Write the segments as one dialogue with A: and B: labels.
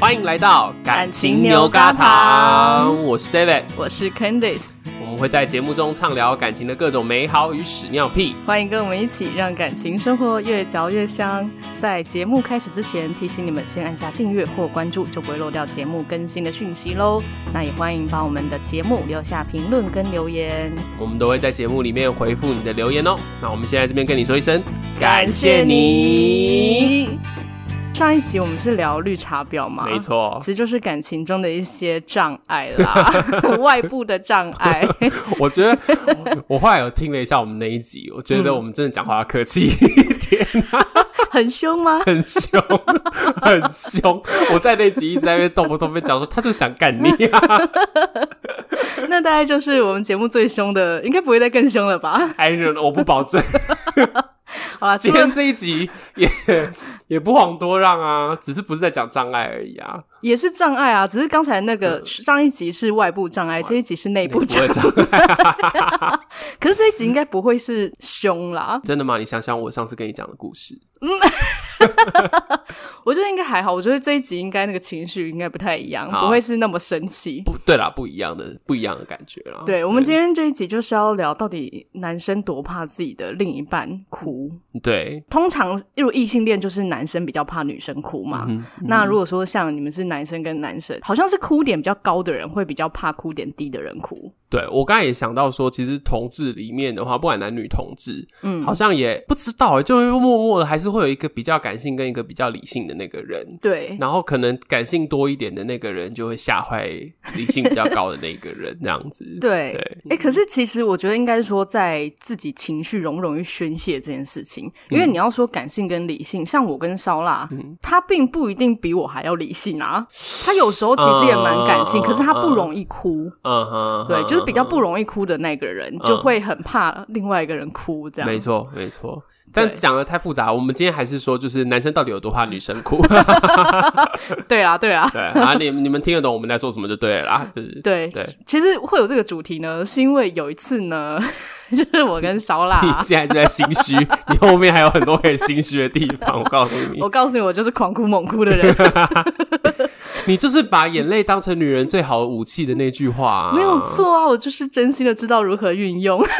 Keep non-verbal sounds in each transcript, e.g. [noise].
A: 欢迎来到
B: 感情牛轧糖
A: 我是 David，
B: 我是 Candice，
A: 我们会在节目中畅聊感情的各种美好与屎尿屁。
B: 欢迎跟我们一起让感情生活越嚼越香。在节目开始之前，提醒你们先按下订阅或关注，就不会漏掉节目更新的讯息喽。那也欢迎帮我们的节目留下评论跟留言。
A: 我们都会在节目里面回复你的留言哦。那我们现在这边跟你说一声，感谢
B: 谢
A: 你。
B: 你。上一集我们是聊绿茶婊嘛，
A: 没错
B: 其实就是感情中的一些障碍
A: [laughs]
B: 啦，外部的障碍。
A: 我觉得 [laughs] 我后来有听了一下我们那一集，我觉得我们真的讲话要客气， [laughs]
B: 很凶吗？
A: 很凶，很凶。我在那集一直在那边动不动被讲说，他就想干你
B: [laughs]
A: 啊！
B: 那大概就是我们节目最凶的，应该不会再更凶了吧？
A: 哎，我不保证。
B: 好
A: [laughs]
B: 啦，
A: 今
B: 除了
A: 天这一集也也不遑多让啊，只是不是在讲障碍而已
B: [laughs]
A: 啊，
B: 也是障碍啊，只是刚才那个上一集是外部障碍，这一集是
A: 嗯
B: 内
A: 你不
B: 部障
A: 会
B: 碍。
A: 障
B: 可是这一集应该不会是凶啦，
A: [laughs] 真的吗？你想想我上次跟你讲的故事，
B: 我觉得应该还好。我觉得这一集应该那个情绪应该不太一样，
A: 好
B: 不会是那么生气。
A: 不对啦，不一样的，不一样的感觉啦。
B: 对，我们今天这一集就是要聊到底男生多怕自己的另一半哭。
A: 嗯对
B: 通常，例如异性恋，就是男生比较怕女生哭
A: 嗯
B: 嘛。那如果说像你们是男生跟男生，好像是哭点比较高的人会比较怕哭点低的人哭。
A: 对，我刚才也想到说，其实同志里面的话，不管男女同志，
B: 嗯
A: 好像也不知道欸，就默默的还是会有一个比较感性跟一个比较理性的那个人。
B: 对，
A: 然后可能感性多一点的那个人就会吓坏理性比较高的那个人，这样子。
B: [laughs] 对，
A: 对嗯
B: 哎、可是其实我觉得应该说，在自己情绪容不容易宣泄这件事情，
A: 嗯
B: 因为你要说感性跟理性，像我跟烧腊，他并不一定比我还要理性啊，他有时候其实也蛮感
A: 嗯
B: 性，可是他不容易哭，
A: 嗯哼，
B: 对，就是比较
A: 容
B: 不容易哭的那个人，就会很怕另外一个人哭这样。
A: 嗯没错，没错。但
B: 对
A: 讲的太复杂，我们今天还是说，就是男生到底有多怕女生 [laughs] 哭？
B: 对啊，对啊。
A: 对啊，你你们听得懂我们在说什么就对了啦。就是 [laughs]
B: 对，
A: 对
B: 其实会有这个主题呢，是因为有一次呢， [laughs] 就是我跟烧腊、
A: [laughs] 你现在就在心 [laughs] 虚，你后面还有很多可以心虚的地方。我告诉你
B: 我，告诉你，我就是狂哭猛哭的人，
A: [laughs] 你就是把眼泪当成女人最好的武器的那句话、啊，
B: 没有。错啊，我就是真心的知道如何运用。 [laughs]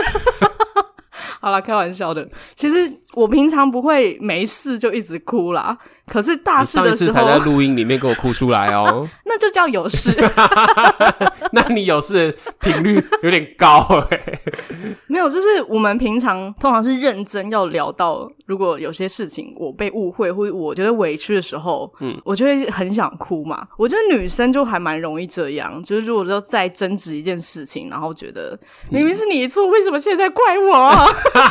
B: 好啦，开玩笑的。其实我平常不会没事就一直哭啦，可是大
A: 你
B: 事
A: 上一
B: 的
A: 次
B: 时
A: 才在
B: 候，
A: 录音里面给我哭出来 [laughs] 哦，
B: 那就叫有事。
A: 那你有事的频率有点高哎、
B: 没有，就是我们平常通常是认真要聊到，如果有些事情我被误会或者我觉得委屈的时候，嗯，我就会很想哭嘛。我觉得女生就还蛮容易这样，就是如果说在争执一件事情，然后觉得明明是你错，为什么现在怪我？啊 [laughs]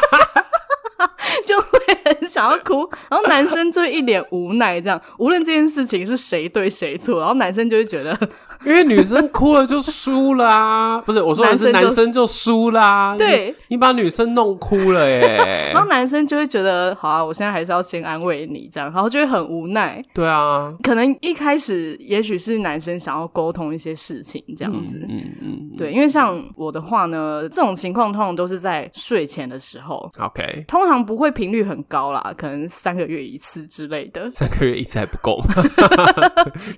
B: 就会很想要哭，然后男生就会一脸无奈，这样无论这件事情是谁对谁错，然后男生就会觉得
A: [laughs] 因为女生哭了就输啦、不是我说的是
B: 男
A: 男
B: 生就
A: 生就输啦、
B: [laughs] 对
A: 你，你把女生弄哭了哎、
B: 然后男生就会觉得，好啊，我现在还是要先安慰你这样，然后就会很无奈。
A: 对啊，
B: 可能一开始也许是男生想要沟通一些事情这样子，
A: 嗯嗯
B: 对，因为像我的话呢，这种情况通常都是在睡前的时候，
A: ，OK，，
B: 通常不会频率很高啦，可能三个月一次之类的
A: 三个月一次还不够
B: [laughs]
A: 吗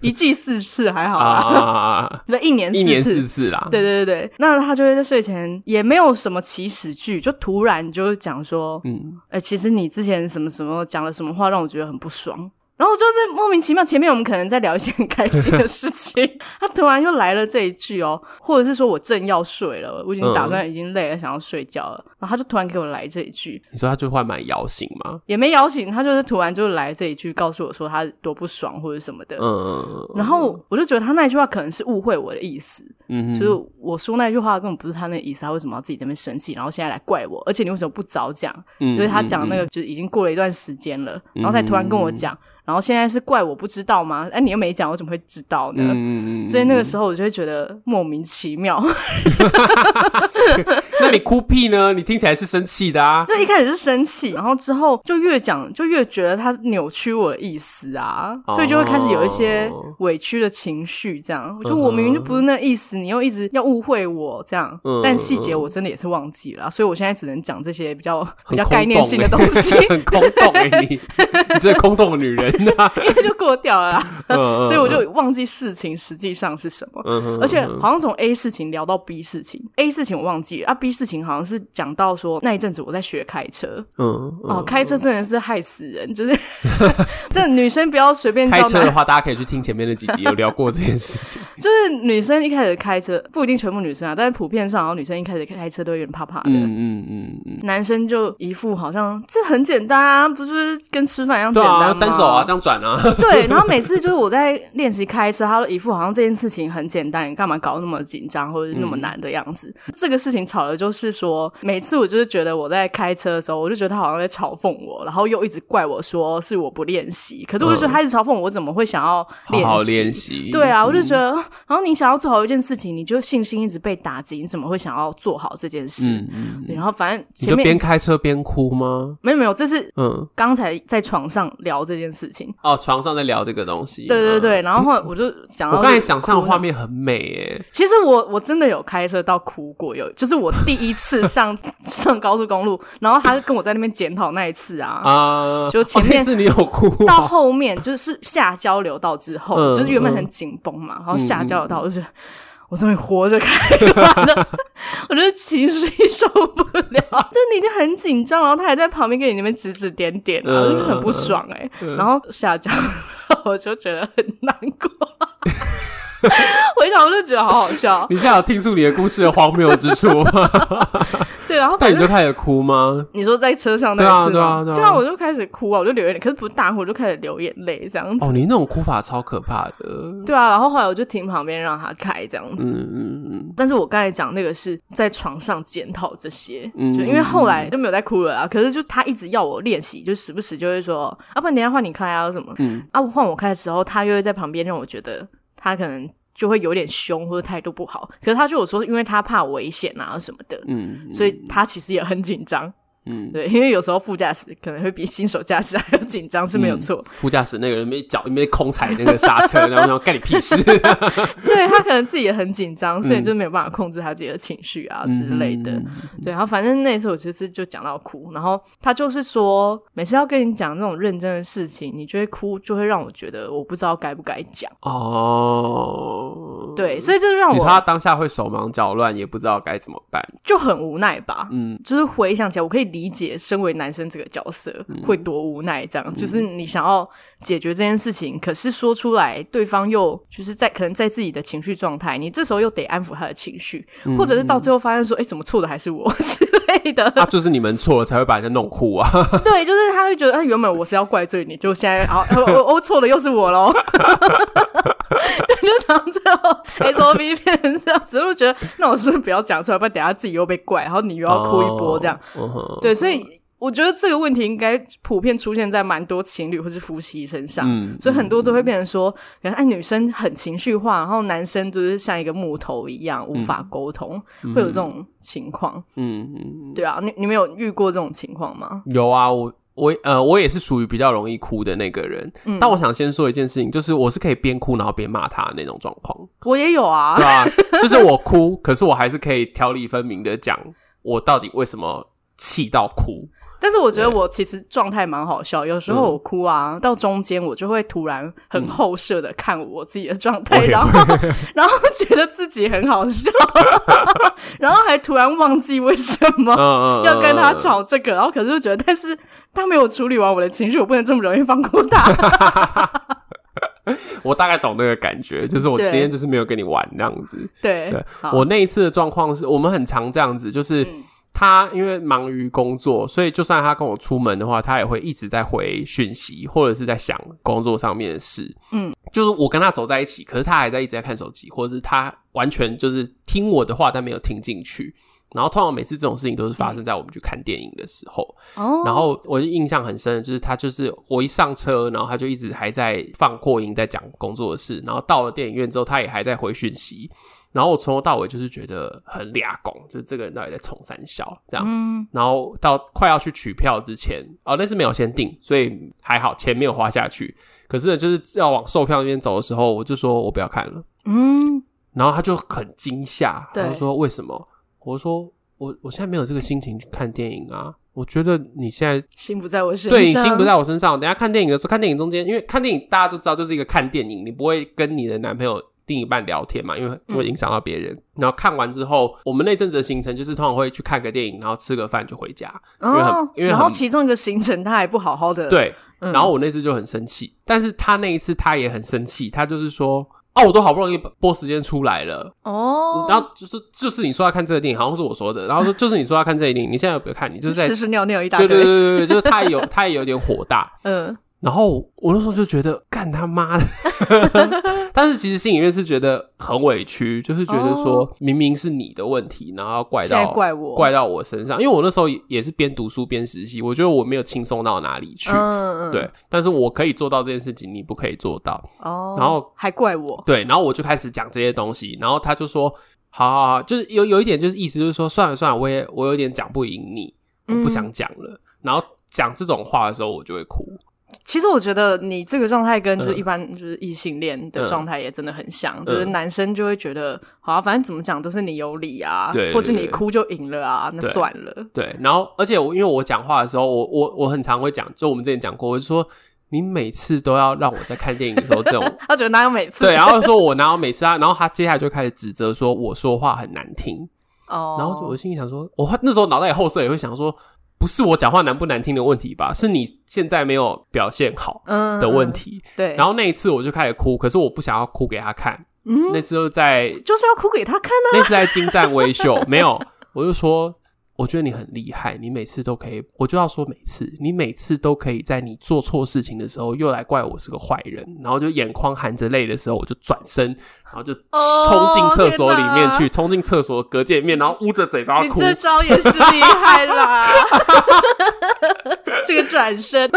B: 一季四次还好
A: 啊
B: 啦，
A: 啊啊啊！
B: 不、一年
A: 一年
B: 四次
A: 四。次啦，
B: 对对对对，那他就会在睡前也没有什么起始句，就突然就讲说，
A: 嗯，
B: 哎、其实你之前什么什么讲了什么话，让我觉得很不爽。然后我就是莫名其妙，前面我们可能在聊一些很开心的事
A: [laughs]
B: 情，他突然又来了这一句哦，或者是说我正要睡了，我已经打算已经累了，想要睡觉了，然后他就突然给我来这一句，
A: 你说他就会蛮摇醒吗？
B: 也没摇醒，他就是突然就来这一句，告诉我说他多不爽或者什么的。
A: 嗯
B: 然后我就觉得他那一句话可能是误会我的意思，
A: 嗯
B: 就
A: 哼，
B: 是我说那句话根本不是他那意思，他为什么要自己在那边生气，然后现在来怪我？而且你为什么不早讲？
A: 嗯嗯
B: 因为他讲那个就是已经过了一段时间了，然后才突然跟我讲，然后现在是怪我不知道吗？哎，你又没讲，我怎么会知道呢？
A: 嗯嗯嗯嗯，
B: 呃所以那个时候我就会觉得莫名其妙，
A: 那你哭屁呢？你听起来是生气的
B: [laughs]
A: 啊，
B: 就一开始是生气，然后之后就越讲就越觉得他扭曲我的意思啊，
A: 哦
B: 所以就会开始有一些委屈的情绪，这样，
A: 嗯
B: 就我明明就不是那意思，你又一直要误会我这样
A: 嗯，
B: 但细节我真的也是忘记了啊，所以我现在只能讲这些比较比
A: 很
B: 较
A: 空洞
B: 概念性的
A: 欸 [laughs]，
B: 东西 [laughs]
A: 很空洞哎，你你这空洞的女人，啊，
B: 因为就过掉了啦，
A: [laughs] 嗯
B: 所以我就忘记事情实际上是什么。
A: 嗯哼
B: 而且好像从 A 事情聊到 B 事情，A 事情我忘记了啊，B 事情好像是讲到说那一阵子我在学开车，
A: 嗯，嗯
B: 哦，开车真的是害死人， [laughs] 就是这女生不要随便
A: 开
B: 叫
A: 车
B: 男
A: 的话，大家可以去听前面那几集，有聊过这件事
B: [laughs]
A: 情。
B: 就是女生一开始开车不一定全部女生啊，但是普遍上，然后女生一开始开车都有点怕怕的。
A: 嗯嗯嗯嗯，
B: 男生就一副好像这很简单啊，不是跟吃饭一样
A: 对
B: 简单吗？
A: 啊，单手啊，这样转啊， [laughs]
B: 对，然后每次就是我在练习开车，他都一副好像这件事情很简单，你干嘛搞那么紧张或者是那么难的样子？这个事情吵的就是说，
A: 嗯
B: 每次我就是觉得我在开车的时候，我就觉得他好像在嘲讽我，然后又一直怪我说是我不练习，可是我就觉得他一直嘲讽我，我怎么会想要
A: 好好练习。
B: 对啊，我就觉得，然后你想要做好一件事情，你就信心一直被打击，你怎么会想要做好这件事？对然后反正
A: 嗯你
B: 前
A: 就边
B: 面
A: 开车边哭吗？
B: 没有没有，这是
A: 嗯，
B: 刚才在床上聊这件事情。
A: 哦，床上在聊这个东西。
B: 对对
A: 嗯。
B: 对，然后后来我就讲到，
A: 我刚才想象的画，面很美诶，
B: 其实我我真的有开车到哭过，有就是我第一次上 [laughs] 上高速公路，然后他跟我在那边检讨那一次啊，
A: 啊，
B: 就前面
A: 哦那次你有哭啊
B: [laughs] 到后面就是下交流道之后，
A: 嗯
B: 就是原本很紧绷嘛，然后下交流道我就觉得。我终于活着开完了， [laughs] 我觉得情绪受不
A: [laughs]
B: 了，就你已经很紧张，然后他还在旁边给你那边指指点点、啊，
A: 嗯
B: 就是很不爽哎、然后下交流道我就觉得很难过，回想我就觉得好好笑。
A: [laughs] 你现在有听出你的故事的荒谬之处
B: [laughs]
A: 吗？
B: 对，然后
A: 但
B: 反
A: 你
B: 正
A: 就开始哭吗？
B: 你说在车上那一次
A: 对
B: 吗
A: 啊对啊对啊
B: 我就开始哭啊，我就流眼泪，可是不是大哭，我就开始流眼泪这样子。
A: 哦，你那种哭法超可怕的。
B: 对啊，然后后来我就停旁边让他开这样子。
A: 嗯嗯嗯，
B: 但是我刚才讲那个是在床上检讨这些，
A: 嗯
B: 就因为后来就没有再哭了啊。可是就他一直要我练习，就时不时就会说，啊，不然等一下换你开啊什么，
A: 嗯
B: 啊，换我开的时候，他又会在旁边让我觉得他可能就会有点凶或者态度不好。可是他就有说，因为他怕危险啊什么的，
A: 嗯
B: 所以他其实也很紧张。
A: 嗯，
B: 对，因为有时候副驾驶可能会比新手驾驶还要紧张，是没有错。
A: 副驾驶那个人没脚没空踩那个刹
B: [laughs]
A: 车，然后想干你屁事
B: 对他可能自己也很紧张，所以就没有办法控制他自己的情绪啊之类的。
A: 嗯
B: 对，然后反正那一次我就是就讲到哭，然后他就是说，每次要跟你讲那种认真的事情，你就会哭，就会让我觉得我不知道该不该讲。
A: 哦。
B: 对，所以这就让
A: 你说他
B: 我
A: 当下会手忙脚乱，也不知道该怎么办。
B: 就很无奈吧。
A: 嗯，
B: 就是回想起来，我可以理解身为男生这个角色
A: 嗯
B: 会多无奈，这样、就是你想要解决这件事情，可是说出来，对方又就是在可能在自己的情绪状态，你这时候又得安抚他的情绪，
A: 嗯
B: 或者是到最后发现说，哎、怎么错的还是我 [laughs] 之
A: [laughs]
B: 类的，
A: 那、啊就是你们错了才会把人家弄哭啊。
B: 对，就是他会觉得，哎、原本我是要怪罪你，就现在，哦好，我我我错了，又是
A: [laughs]
B: 我喽。对，就常最后 SOP 变成这样子，我觉得那我是不是不要讲出来，不然等下自己又被怪，然后 [laughs] 你又要哭一波这样。
A: 哦。嗯哼
B: 对，所以我觉得这个问题应该普遍出现在蛮多情侣或是夫妻身上，
A: 嗯
B: 所以很多都会变成说，可能哎女生很情绪化，然后男生就是像一个木头一样无法沟通，会有这种情况。
A: 嗯嗯，
B: 对啊，你你们有遇过这种情况吗？
A: 有啊，我。我呃，我也是属于比较容易哭的那个人，
B: 嗯
A: 但我想先说一件事情，就是我是可以边哭然后边骂他的那种状况。
B: 我也有
A: [laughs]
B: 啊，
A: 对啊，就是我哭，可是我还是可以条理分明的讲，我到底为什么气到哭。
B: 但是我觉得我其实状态蛮好笑，有时
A: 嗯
B: 候我哭啊，到中间我就会突然很后设的看我自己的状态，
A: 我也会
B: 然后然后觉得自己很好笑， [laughs] 然后还突然忘记为什么
A: 嗯嗯，嗯
B: 要跟他。吵这个，然后可是就觉得，但是他没有处理完我的情绪，我不能这么容易放过他。
A: [laughs] 嗯我大概懂那个感觉，就是我今
B: 对
A: 天就是没有跟你玩那样子。
B: 对
A: 对，
B: 好
A: 我那一次的状况是我们很常这样子，就是
B: 嗯
A: 他因为忙于工作，所以就算他跟我出门的话，他也会一直在回讯息，或者是在想工作上面的事。
B: 嗯，
A: 就是我跟他走在一起，可是他还在一直在看手机，或者是他完全就是听我的话，但没有听进去。然后通常每次这种事情都是
B: 嗯
A: 发生在我们去看电影的时候，
B: 哦，
A: 然后我就印象很深，就是他就是我一上车，然后他就一直还在放扩音，在讲工作的事。然后到了电影院之后，他也还在回讯息。然后我从头到尾就是觉得很俩拱，就是这个人到底在冲三小这样。
B: 嗯
A: 然后到快要去取票之前，哦，那是没有先订，所以还好钱没有花下去。可是呢就是要往售票那边走的时候，我就说我不要看了。
B: 嗯，
A: 然后他就很惊吓，
B: 对
A: 他就说为什么？我说我我现在没有这个心情去看电影啊。我觉得你现在
B: 心不在我身上，
A: 对你心不在我身上。等一下看电影的时候，看电影中间，因为看电影大家都知道就是一个看电影，你不会跟你的男朋友另一半聊天嘛，因为
B: 嗯
A: 会影响到别人。然后看完之后，我们那阵子的行程就是通常会去看个电影，然后吃个饭就回家，因为很
B: 哦，
A: 因为
B: 然后
A: 很
B: 其中一个行程他还不好好的，，
A: 对。
B: 嗯
A: 然后我那次就很生气，但是他那一次他也很生气，他就是说。哦，我都好不容易拨时间出来了，
B: 哦，
A: 然后就是就是你说要看这个电影，好像是我说的，然后说就是你说要看这个电影，你现在有没有看？你就是在
B: 吃吃尿尿一大
A: 对
B: 堆，
A: 对对对对，就是他也有他也有点火大，
B: 嗯，
A: 然后我那时候就觉得干他妈
B: [laughs]
A: 的，但是其实心里面是觉得很委屈，就是觉得说明明是你的问题，然后要怪
B: 哦现在
A: 到
B: 怪我，
A: 怪到我身上，因为我那时候也也是边读书边实习，我觉得我没有轻松到哪里去，
B: 嗯嗯，
A: 对，但是我可以做到这件事情，你不可以做到，
B: 哦，
A: 然后
B: 还怪我，
A: 对，然后我就开始讲这些东西，然后他就说，好好好，就是有有一点就是意思就是说，算了算了，我也我有点讲不赢你，我不
B: 嗯
A: 想讲了。然后讲这种话的时候，我就会哭。
B: 其实我觉得你这个状态跟就是
A: 嗯
B: 一般就是异性恋的
A: 嗯
B: 状态也真的很像，就是男生就会觉得，好、啊，反正怎么讲都是你有理啊，
A: 对对
B: 或者你
A: 对
B: 哭就赢了啊，那
A: 对
B: 算了，
A: 对，然后而且我因为我讲话的时候，我我我很常会讲，就我们之前讲过，我就说你每次都要让我在看电影的时候这
B: [laughs]
A: 种
B: 他觉得哪有每次，
A: 对，然后说我哪有每次啊，然后他接下来就开始指责说我说话很难听，
B: 哦，
A: 然后就我心里想说，我那时候脑袋里后设也会想说，不是我讲话难不难听的问题吧，是你现在没有表现好。
B: 嗯
A: 的问，
B: 嗯
A: 题，
B: 对，
A: 然
B: 后
A: 后那一次我就开始哭，可是我不想要哭给他看。
B: 嗯，
A: 那次就在
B: 就是要哭给他
A: [laughs]
B: 看啊，
A: 那次在精湛微秀，没有，我就说，我觉得你很厉害，你每次都可以，我就要说每次，你每次都可以在你做错事情的时候，又来怪我是个坏人，然后就眼眶含着泪的时候，我就转身，然后就
B: 哦
A: 冲进厕所里面
B: 天
A: 去，冲进厕所隔间里面，然后捂着嘴巴
B: 你
A: 哭。
B: 这招也是厉害
A: [laughs]
B: 啦，这个转身，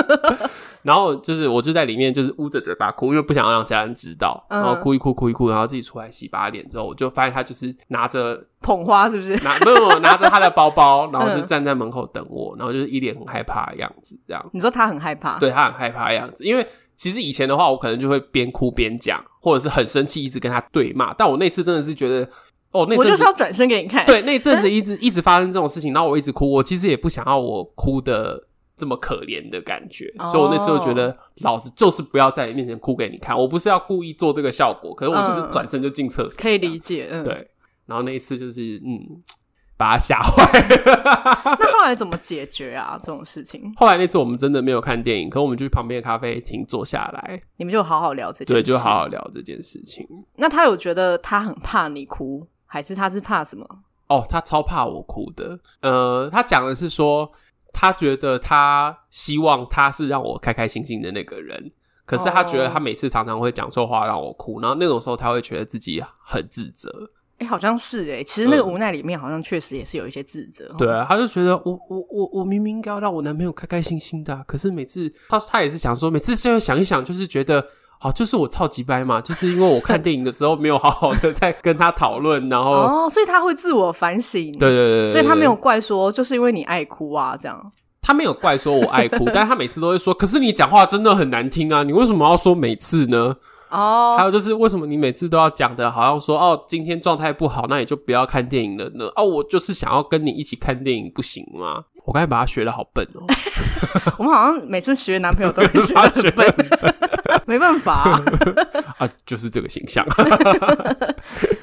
A: 然后就是我就在里面就是捂着嘴巴哭，因为不想让家人知道，
B: 嗯
A: 然后哭一哭哭一哭，然后自己出来洗把脸之后，我就发现他就是拿着
B: 捧花是不是？
A: [laughs] 拿没有没有拿着他的包
B: [laughs]
A: 包，然后就
B: 嗯
A: 站在门口等我，然后就是一脸很害怕的样子，这样
B: 你说他很害怕，
A: 对他很害怕的样子，因为。其实以前的话，我可能就会边哭边讲，或者是很生气，一直跟他对骂。但我那次真的是觉得，哦，那
B: 我
A: 阵
B: 就是
A: 子
B: 要转身给你看，
A: 对那阵子一直一直发生这种事情，然后我一直哭，我其实也不想要我哭的这么可怜的感觉，
B: 哦
A: 所以我那次就觉得，老子就是不要在你面前哭给你看，我不是要故意做这个效果，可是我就是
B: 嗯
A: 转身就进厕所，
B: 可以理解，嗯，。
A: 对。然后那一次就是，嗯，把他吓坏了。
B: 那后来怎么解决啊？这种事情，
A: 后来那次我们真的没有看电影，可我们去旁边的咖啡厅坐下来，
B: 你们就好好聊这件
A: 对，
B: 事，
A: 就好好聊这件事情。
B: 那他有觉得他很怕你哭，还是他是怕什么？
A: 哦，他超怕我哭的。呃，他讲的是说，他觉得他希望他是让我开开心心的那个人，可是他觉得他每次常常会讲错话让我哭，然后那种时候他会觉得自己很自责。
B: 哎、好像是哎、其实那个
A: 嗯
B: 无奈里面好像确实也是有一些自责。
A: 对，啊，他就觉得我我我我明明应该要让我男朋友开开心心的啊、可是每次他他也是想说，每次现在想一想，就是觉得。哦，就是我超级掰嘛，就是因为我看电影的时候没有好好的在跟他讨论，然后、
B: 哦，所以他会自我反省，
A: 对对对对对
B: 所以他没
A: 对
B: 有怪说就是因为你爱哭啊这样。
A: 他没有怪说我爱哭，但是他每次都会说，可是你讲话真的很难听啊，你为什么要说每次呢？还
B: 哦，
A: 有就是为什么你每次都要讲的好像说哦，今天状态不好，那你就不要看电影了呢？哦，我就是想要跟你一起看电影，不行吗？我刚才把他学的好笨
B: [laughs]
A: 哦，
B: 我们好像每次学男朋友都会学
A: 把
B: 得
A: [laughs] 他学
B: 很
A: 得
B: 笨，
A: 很笨
B: [laughs] 没办法啊、
A: 啊，就是这个形象。 [laughs]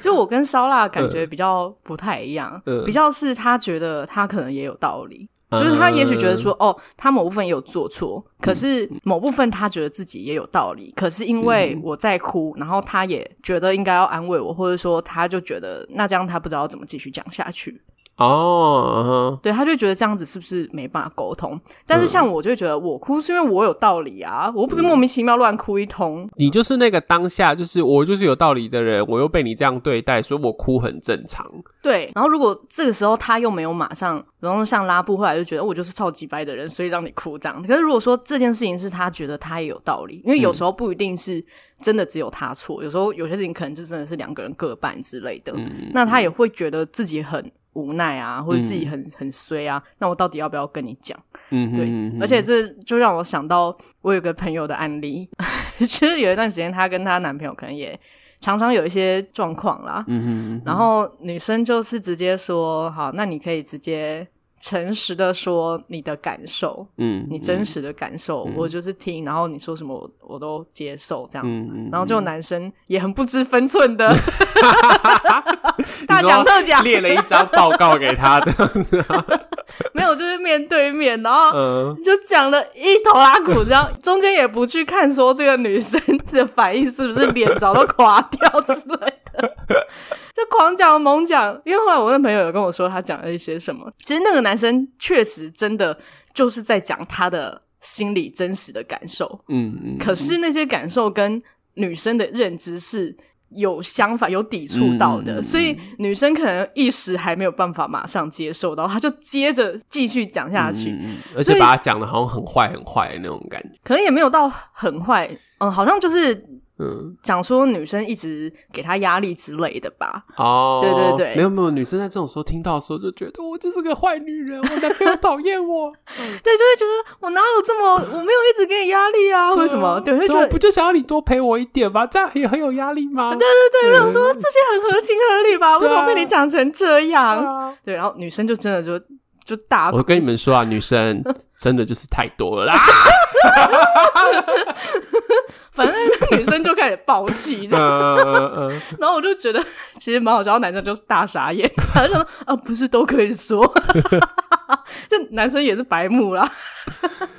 B: 就我跟烧腊感觉比较不太一样，
A: 嗯
B: 比较是他觉得他可能也有道理，就是他也许觉得说，哦，他某部分也有做错，可是某部分他觉得自己也有道理，可是因为我在哭，然后他也觉得应该要安慰我，或者说他就觉得那这样他不知道怎么继续讲下去，
A: 哦，
B: 对，他就觉得这样子是不是没办法沟通？但是
A: 嗯
B: 像我就会觉得我哭是因为我有道理啊，我不是莫名其妙乱哭一通，
A: 你就是那个当下，就是我就是有道理的人，我又被你这样对待，所以我哭很正常。
B: 对，然后如果这个时候他又没有马上，然后像拉布后来就觉得我就是超级掰的人，所以让你哭这样。可是如果说这件事情是他觉得他也有道理，因为
A: 嗯
B: 有时候不一定是真的只有他错，有时候有些事情可能就真的是两个人各半之类的，
A: 嗯，
B: 那他也会觉得自己很。无奈啊，或者自己很、很衰啊，那我到底要不要跟你讲？
A: 嗯哼
B: 对，
A: 嗯哼
B: 而且这就让我想到我有个朋友的案例， [laughs] 就是有一段时间她跟她男朋友可能也常常有一些状况啦，
A: 嗯哼嗯哼
B: 然后女生就是直接说：“好，那你可以直接诚实的说你的感受，
A: 嗯，
B: 你真实的感受，我就是听，然后你说什么我我都接受这样。
A: 嗯，嗯嗯，
B: 然后就有男生也很不知分寸的大
A: [laughs] 你说
B: 讲特讲，
A: 列了一张报告给他，这样
B: [laughs]
A: 子，
B: 没有就是面对面，然后
A: 嗯，
B: 就讲了一头拉骨，然后中间也不去看说这个女生的反应是不是脸早都垮掉之类的，就狂讲猛讲。因为后来我那朋友有跟我说他讲了一些什么， [laughs] 其实那个男生确实真的就是在讲他的心里真实的感受，
A: 嗯嗯，
B: 可是那些感受跟女生的认知是有相反、有抵触到
A: 嗯
B: 的，
A: 嗯嗯
B: 所以女生可能一时还没有办法马上接受到，她就接着继续讲下去，
A: 嗯，嗯嗯而且把他讲的好像很坏很坏的那种感觉，
B: 可能也没有到很坏，嗯，好像就是
A: 嗯，
B: 讲说女生一直给她压力之类的吧。
A: 哦，
B: 对对对
A: 没有没有，女生在这种时候听到的时候就觉得我就是个坏女人，我男朋友讨厌
B: [laughs]
A: 我，
B: 对，就会觉得我哪有这么，我没有一直给你压力啊，或者什么，对，会觉
A: 我
B: 得
A: 不就想要你多陪我一点吗？这样也很有压力吗？对
B: 对，我想说这些很合情合理吧，为
A: 对
B: 什
A: 啊
B: 么被你讲成这样？
A: 啊。
B: 对，然后女生就真的就就大
A: [laughs] 我跟你们说啊，女生真的就是太多了啦。
B: 反正那女生就开始爆
A: [laughs]
B: 气，这样，
A: [laughs] 嗯嗯
B: 然后我就觉得其实蛮好笑，男生就是大傻眼，他就说啊，不是都可以说， [laughs] 这男生也是白目啦，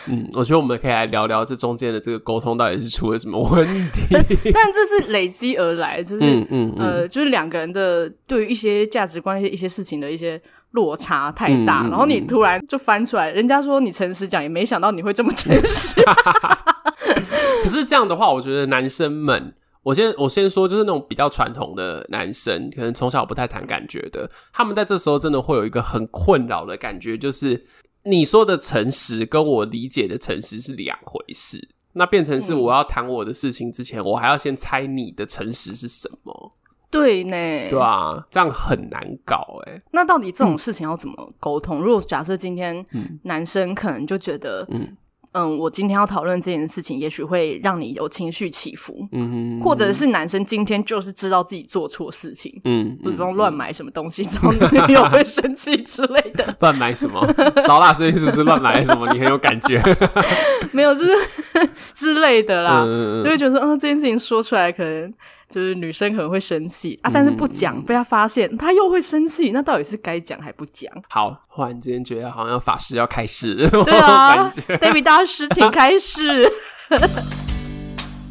A: 嗯，我觉得我们可以来聊聊这中间的这个沟通到底是出了什么问题。
B: 但这是累积而来，就是、
A: 嗯嗯嗯，
B: 呃，就是两个人的对于一些价值观、一些一些事情的一些。落差太大，
A: 嗯嗯
B: 然后你突然就翻出来，人家说你诚实讲，也没想到你会这么诚
A: 啊
B: 实。
A: 可是这样的话，我觉得男生们，我先我先说，就是那种比较传统的男生，可能从小不太谈感觉的，他们在这时候真的会有一个很困扰的感觉，就是你说的诚实跟我理解的诚实是两回事。那变成是我要谈我的事情之前，我还要先猜你的诚实是什么，
B: [laughs] 对呢，
A: 对啊，这样很难搞哎、
B: 那到底这种事情要怎么沟通？如果假设今天男生可能就觉得，
A: 嗯
B: 嗯我今天要讨论这件事情，也许会让你有情绪起伏，
A: 嗯
B: 或者是男生今天就是知道自己做错事情，
A: 嗯，
B: 比如说乱买什么东西，之后女友会生气之类的。 [laughs]
A: 乱买什么？ [laughs] 烧腊生意是不是乱买什么？你很有感觉。
B: 没有，就是 [laughs] 之类的啦，
A: 嗯嗯
B: 就会觉得说，嗯、这件事情说出来，可能就是女生可能会生气啊，
A: 嗯
B: 但是不讲、被他发现，他又会生气，那到底是该讲还不
A: [laughs]
B: 讲？
A: 好，忽然间觉得好像法师要开始，
B: 对啊
A: 感觉。
B: ，David 大师，请
A: [laughs]
B: 开始。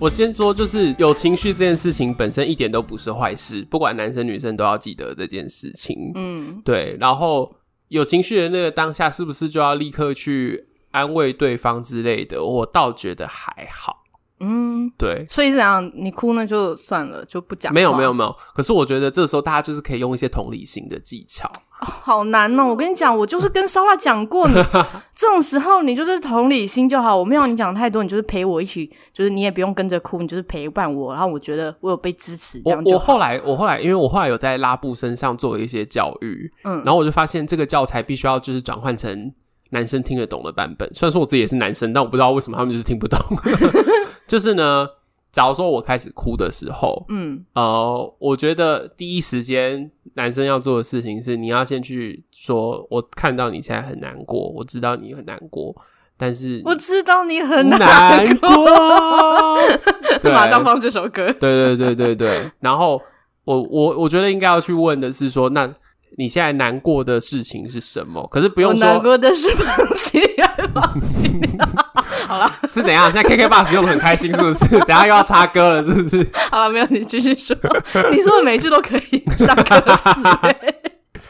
A: 我先说，就是有情绪这件事情本身一点都不是坏事，不管男生女生都要记得这件事情。
B: 嗯，
A: 对，然后有情绪的那个当下，是不是就要立刻去安慰对方之类的？我倒觉得还好，
B: 嗯，
A: 对。
B: 所以是怎样？你哭那就算了，就不讲。
A: 没有没有，没有，可是我觉得这时候大家就是可以用一些同理心的技巧，
B: 好难
A: 嗯
B: 哦！我跟你讲，我就是跟烧腊讲
A: [laughs]
B: 过，你这种时候你就是同理心就好。我没有你讲太多，你就是陪我一起，就是你也不用跟着哭，你就是陪伴我。然后我觉得我有被支持，这样
A: 我
B: 就
A: 我
B: 好。
A: 后来我后来，因为我后来有在拉布身上做一些教育，
B: 嗯
A: 然后我就发现这个教材必须要就是转换成男生听得懂的版本。虽然说我自己也是男生，但我不知道为什么他们就是听
B: [laughs]
A: 不懂。就是呢，假如说我开始哭的时候，
B: 嗯
A: 呃，我觉得第一时间男生要做的事情是，你要先去说，我看到你现在很难过，我知道你很难过，但是
B: 我知道你很 [laughs]
A: 难
B: 过，
A: 过， [laughs] 对
B: 马上放这首歌。
A: 对对对对对。然后我我我觉得应该要去问的是说，那你现在难过的事情是什么？可是不
B: 我 [laughs]
A: 用
B: 难
A: 说
B: 过的是放弃，放弃。
A: [laughs] 是怎样，现在 KK Bus 用的很开心，是不是？等一下又要插歌了，是不是？
B: 好了，没有你继
A: [laughs]
B: 续说，你说的每一句都可以当歌词、欸 [laughs]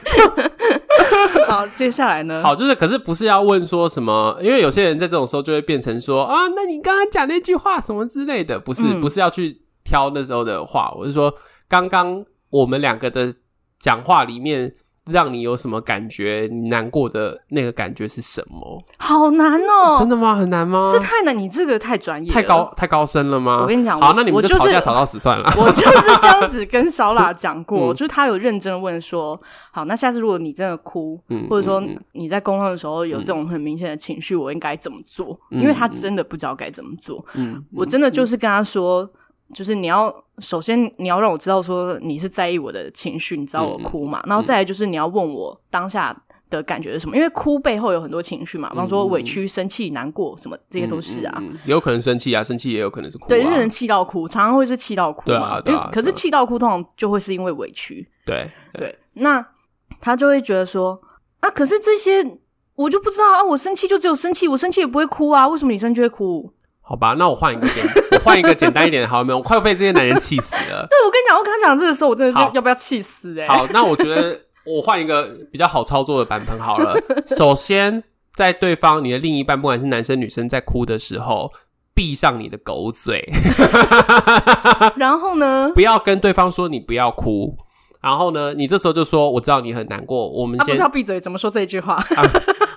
B: 好，接下来呢？
A: 好，就是可是不是要问说什么？因为有些人在这种时候就会变成说啊，那你刚刚讲那句话什么之类的，不是、
B: 嗯
A: 不是要去挑那时候的话，我是说刚刚我们两个的讲话里面让你有什么感觉？你难过的那个感觉是什么？
B: 好难哦、
A: 真的吗？很难吗？
B: 这太难，你这个太专业了，
A: 太高。太高深了吗？
B: 我跟你讲
A: 好
B: 我，
A: 那你
B: 我
A: 们就
B: 就
A: 吵
B: 是
A: 架吵到死算了。
B: [laughs] 我就是这样子跟小喇讲过，
A: 嗯
B: [laughs] 就是他有认真问说，好，那下次如果你真的哭，
A: 嗯
B: 或者说
A: 嗯
B: 你在沟通的时候有这种很明显的情绪，我应该怎么做？
A: 嗯
B: 因为他真的不知道该怎么做，
A: 嗯，
B: 我真的就是跟他说，就是你要首先你要让我知道说你是在意我的情绪，你知道我
A: 嗯
B: 哭嘛，然后再来就是你要问我当下。的感觉是什么？因为哭背后有很多情绪嘛，比方说委屈、生气、难过什么，这些都是啊。
A: 嗯，嗯嗯有可能生气啊，生气也有可能是哭、啊。
B: 对，就是人气到哭，常常会是气到哭
A: 对啊
B: 嘛。
A: 对啊
B: 因为
A: 对
B: 可是
A: 啊
B: 气到哭通常就会是因为委屈。
A: 对
B: 对，，那他就会觉得说啊，可是这些我就不知道啊，我生气就只有生气，我生气也不会哭啊，为什么你生气会哭？
A: 好吧，那我换一个简， [laughs] 我换一个简单一点的，好了没有？我快被这些男人气死
B: [laughs]
A: 了。
B: 对，我跟你讲，我跟他讲这个时候，我真的是
A: 好
B: 要不要气死哎、
A: 好，那我觉得我换一个比较好操作的版本好
B: [laughs]
A: 了。首先，在对方你的另一半，不管是男生女生，在哭的时候，闭上你的狗嘴， [laughs]
B: 然后呢？
A: 不要跟对方说你不要哭。然后呢，你这时候就说我知道你很难过，我们
B: 啊他、不
A: 先
B: 知道闭嘴怎么说这句话，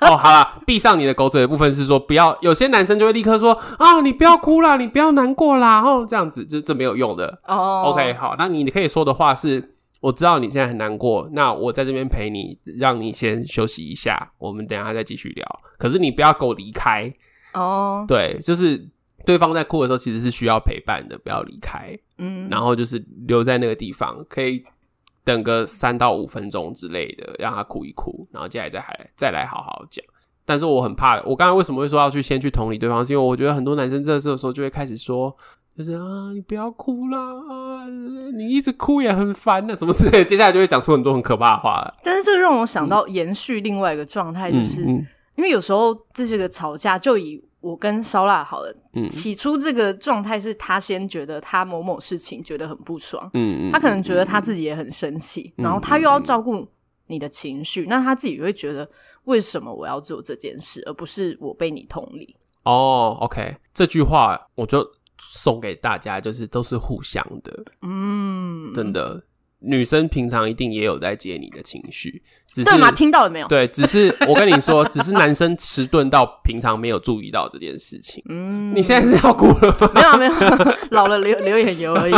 A: 哦，好啦，闭上你的狗嘴的部分是说不要，有些男生就会立刻说啊，你不要哭啦，你不要难过啦，哦，这样子这这没有用的。
B: 哦
A: OK，好，那你你可以说的话是，我知道你现在很难过，那我在这边陪你，让你先休息一下，我们等一下再继续聊。可是你不要给我离开，
B: 哦，
A: 对，就是对方在哭的时候其实是需要陪伴的，不要离开，
B: 嗯，
A: 然后就是留在那个地方，可以等个三到五分钟之类的，让他哭一哭，然后接下来再还再来好好讲。但是我很怕，我刚才为什么会说要去先去同理对方，是因为我觉得很多男生这时候时候就会开始说。就是啊，你不要哭啦，啊你一直哭也很烦的、什么之类的接下来就会讲出很多很可怕的话了。
B: 但是这让我想到延续另外一个状态，就是、
A: [laughs] 嗯
B: 因为有时候这是个吵架，就以我跟烧腊好了，
A: 嗯
B: 起初这个状态是他先觉得他某某事情觉得很不爽，
A: 嗯嗯，嗯
B: 他可能觉得他自己也很生气，然后他又要照顾你的情绪，那他自己会觉得为什么我要做这件事，而不是我被你同理？
A: 哦，OK，这句话我就送给大家，就是都是互相的。
B: 嗯，
A: 真的，女生平常一定也有在接你的情绪，只是
B: 对吗？听到了没有？
A: 对只是我跟你说， [laughs] 只是男生迟钝到平常没有注意到这件事情。
B: 嗯，
A: 你现在是要哭了吗？ [laughs]
B: 没有啊没有啊，老了流流眼油而已。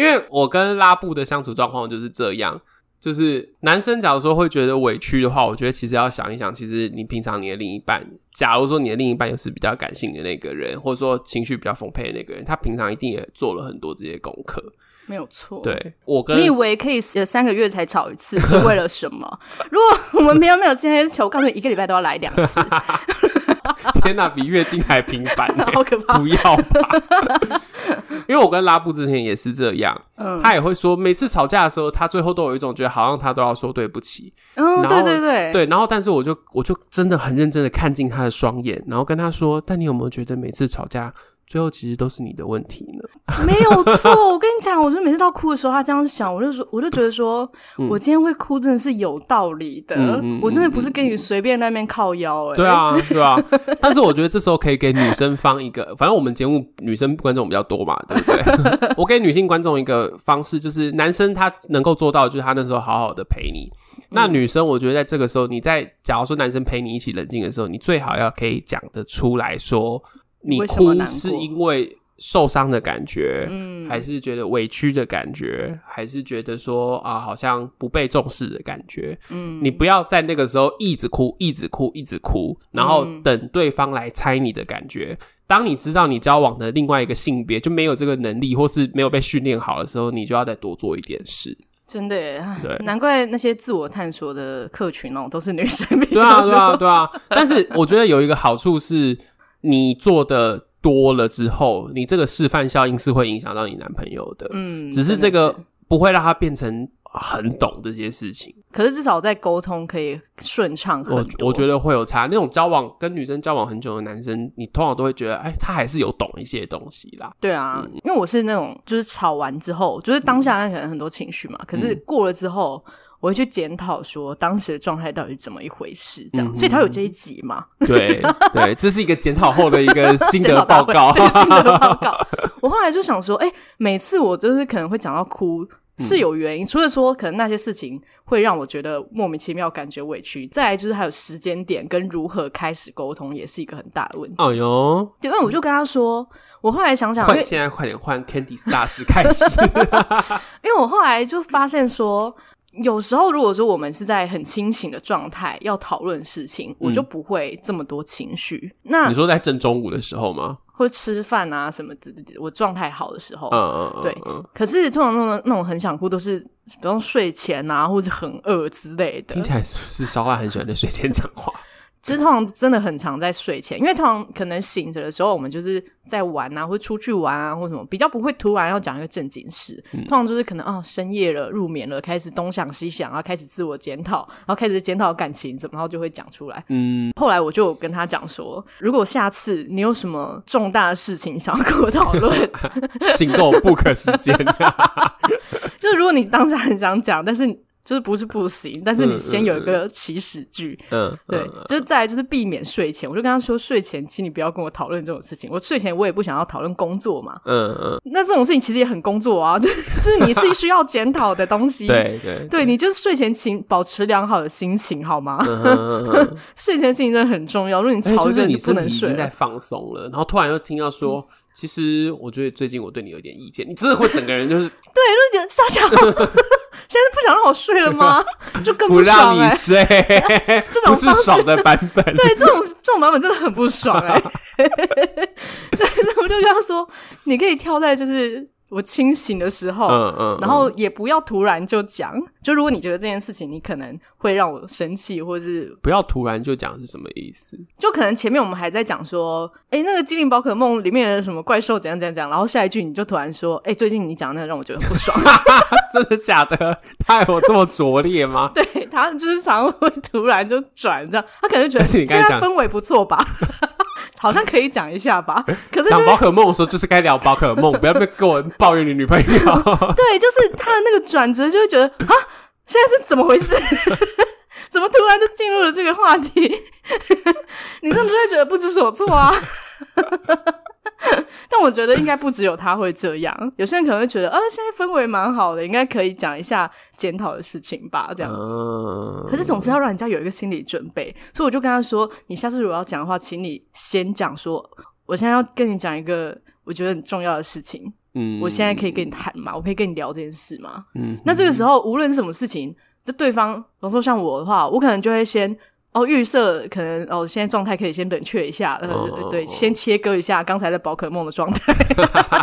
A: 因为我跟拉布的相处状况就是这样，就是男生假如说会觉得委屈的话，我觉得其实要想一想，其实你平常你的另一半，假如说你的另一半又是比较感性的那个人，或者说情绪比较丰沛的那个人，他平常一定也做了很多这些功课。
B: 没有错，。
A: 对我跟
B: 哦你以为可以呃三个月才吵一次是为了
A: [laughs]
B: 什么？如果我们平常没有今天球，我告诉你一个礼拜都要来两次，
A: 天哪、比月经还频繁、欸，
B: 好可怕。
A: 不要吧， [laughs] 因为我跟拉布之前也是这样，
B: 嗯
A: 他也会说，每次吵架的时候，他最后都有一种觉得好像他都要说对不起，
B: 嗯，
A: 然
B: 对
A: 后
B: 对对，
A: 对，然后但是我就我就真的很认真的看进他的双眼，然后跟他说，但你有没有觉得每次吵架最后其实都是你的问题呢？
B: 没有错，我跟你讲，我就每次到哭的时候，他这样想，我就说，我就觉得说，我今天会哭真的是有道理的，
A: 嗯嗯嗯
B: 我真的不是跟你随便那边靠腰、欸，
A: 对，啊，对啊，但是我觉得这时候可以给女生方一个，反正我们节目女生观众比较多嘛，对不
B: [laughs]
A: 对？我给女性观众一个方式，就是男生他能够做到，就是他那时候好好的陪你。那
B: 嗯
A: 女生，我觉得在这个时候，你在假如说男生陪你一起冷静的时候，你最好要可以讲得出来说，你
B: 为什么
A: 哭
B: 难过
A: 是因为受伤的感觉，
B: 嗯
A: 还是觉得委屈的感觉，还是觉得说啊，好像不被重视的感觉。
B: 嗯，
A: 你不要在那个时候一直哭，一直哭，一直哭，然后
B: 嗯
A: 等对方来猜你的感觉。当你知道你交往的另外一个性别就没有这个能力，或是没有被训练好的时候，你就要再多做一点事。
B: 真的、欸，唉
A: 对
B: 难怪那些自我探索的客群哦、都是女生比较
A: 对啊，对啊，
B: 多，
A: 对啊。但是我觉得有一个好处是，你做的多了之后，你这个示范效应是会影响到你男朋友的，
B: 嗯，
A: 只是这
B: 真的
A: 个不会让他变成很懂这些事情。
B: 可是至少在沟通可以顺畅很
A: 我
B: 多，
A: 我觉
B: 得
A: 得会有差。那种交往跟女生交往很久的男生，你通常都会觉得，哎，他还是有懂一些东西啦。
B: 对啊，
A: 嗯
B: 因为我是那种就是吵完之后，就是当下那可能很多情绪嘛，可
A: 嗯
B: 是过了之后。我会去检讨说当时的状态到底是怎么一回事，这样，
A: 嗯
B: 所以才有这一集嘛。
A: 对对，这是一个检讨后的一个心
B: 检
A: 得
B: 讨大
A: 报
B: 会
A: 告。 [laughs]
B: [laughs] 对心得报告。我后来就想说，哎、每次我就是可能会讲到哭是有原因。除了说可能那些事情会让我觉得莫名其妙感觉委屈，再来就是还有时间点跟如何开始沟通，也是一个很大的问题。
A: 哦哟，
B: 对，因为我就跟他说，我后来想啊想，因
A: 快
B: 为
A: 现在快点换 Candice 大师开始。 [laughs]
B: 因为我后来就发现说，有时候如果说我们是在很清醒的状态要讨论事情，我就不会这么多情绪。那
A: 你说在正中午的时候吗？
B: 会吃饭啊什么之类的，我状态好的时候。
A: 嗯嗯嗯，
B: 对
A: 嗯
B: 可是通常那种那种很想哭，都是比方说睡前啊，或者很饿之类的
A: 听。起来是不是烧腊很喜欢在睡前讲话？
B: 其实通常真的很常在睡前，因为通常可能醒着的时候，我们就是在玩啊，或出去玩啊，或什么，比较不会突然要讲一个正经事。
A: 嗯
B: 通常就是可能哦，深夜了，入眠了，开始东想西想，然后开始自我检讨，然后开始检讨感情怎么，然后就会讲出来。
A: 嗯，
B: 后来我就有跟他讲说，如果下次你有什么重大的事情想要跟我讨论，
A: 请给我 book 时
B: [laughs]
A: 间。
B: 就是如果你当时很想讲，但是你就是不是不行，但是
A: 嗯
B: 你
A: 嗯
B: 先有一个起始句，
A: 嗯，
B: 对
A: 嗯，
B: 就是再来就是避免睡前，我就跟他说，睡前请你不要跟我讨论这种事情。我睡前我也不想要讨论工作嘛，
A: 嗯嗯，
B: 那这种事情其实也很工作啊， [laughs] 就是就是你是需要检讨的东西。，
A: 对对，
B: 对你就是睡前请保持良好的心情好吗？
A: 嗯嗯嗯嗯
B: [laughs] 睡前心情真的很重要，如果你
A: 哎
B: 吵
A: 就
B: 一
A: 是
B: 阵
A: 你
B: 不
A: 身体
B: 能
A: 已
B: 睡
A: 经在
B: 了。嗯
A: 放松了，然后突然又听到说，其实我觉得最近我对你有点意见，你真的会整个人就是
B: 对，就觉得傻笑， [laughs] 现在是不想让我睡
A: [laughs]
B: 了吗？就更 [laughs]
A: 不
B: 爽
A: 让
B: 哎、
A: 你睡，
B: 这种
A: 不是
B: 方式
A: 爽的版
B: [laughs]
A: 本。
B: 对，这种这种版本真的很不爽
A: [laughs]
B: 哎、但是我就跟他说，你可以挑在就是我清醒的时候，
A: 嗯嗯，
B: 哦然后也不要突然就讲。就如果你觉得这件事情你可能会让我生气，或是
A: 不要突然就讲是什么意思？ [laughs]
B: 就可能前面我们还在讲说，哎，那个精灵宝可梦里面的什么怪兽怎样怎样怎样，然后下一句你就突然说，哎，最近你讲的那个让我觉得很不爽。
A: 真的假的？他有这么拙劣吗？
B: 对他就是常常会突然就转这样，他可能觉得
A: 而且你
B: 现
A: 刚才讲
B: 在氛围不错吧。 [laughs] 好像可以讲一下吧，可是就
A: 讲
B: 是
A: 宝可梦的时候就是该聊宝可梦，不要被跟我抱怨你女朋友。
B: 对，就是他的那个转折，就会觉得啊，现在是怎么回事？ [laughs] 怎么突然就进入了这个话题？ [laughs] 你这样就会觉得不知所措啊。 [laughs] 但我觉得应该不只有他会这样，有些人可能会觉得，啊，现在氛围蛮好的，应该可以讲一下检讨的事情吧， [laughs] 这样。
A: 嗯
B: 可是总是要让人家有一个心理准备，所以我就跟他说：“你下次如果要讲的话，请你先讲说，我现在要跟你讲一个我觉得很重要的事情，
A: 嗯
B: 我现在可以跟你谈嘛？我可以跟你聊这件事吗？
A: 嗯
B: 那这个时候，无论是什么事情，就对方，比方说像我的话，我可能就会先哦预设，可能哦现在状态可以先冷却一下，呃、
A: 哦哦
B: 对，
A: 哦
B: 先切割一下刚才的宝可梦的状态，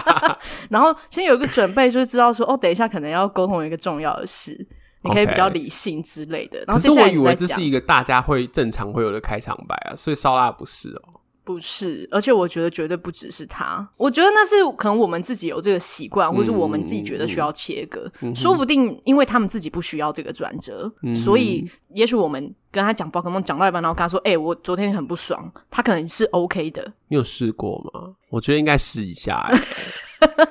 B: [laughs] 然后先有一个准备，就是知道说哦，等一下可能要沟通一个重要的事，你可以
A: OK
B: 比较理性之类的。然
A: 可
B: 后
A: 是
B: 接下
A: 我
B: 来
A: 以
B: 你再
A: 为这
B: 讲
A: 是，一个大家会正常会有的开场白啊，所以烧腊不是哦。
B: 不是，而且我觉得绝对不只是他，我觉得那是可能我们自己有这个习惯，或是我们自己觉得
A: 嗯
B: 需要切割，说不定因为他们自己不需要这个转折，
A: 嗯
B: 所以也许我们跟他讲宝可梦讲到一半，然后跟他说：“哎、我昨天很不爽。”他可能是 OK 的，
A: 你有试过吗？我觉得应该试一下、
B: [laughs]
A: 欸。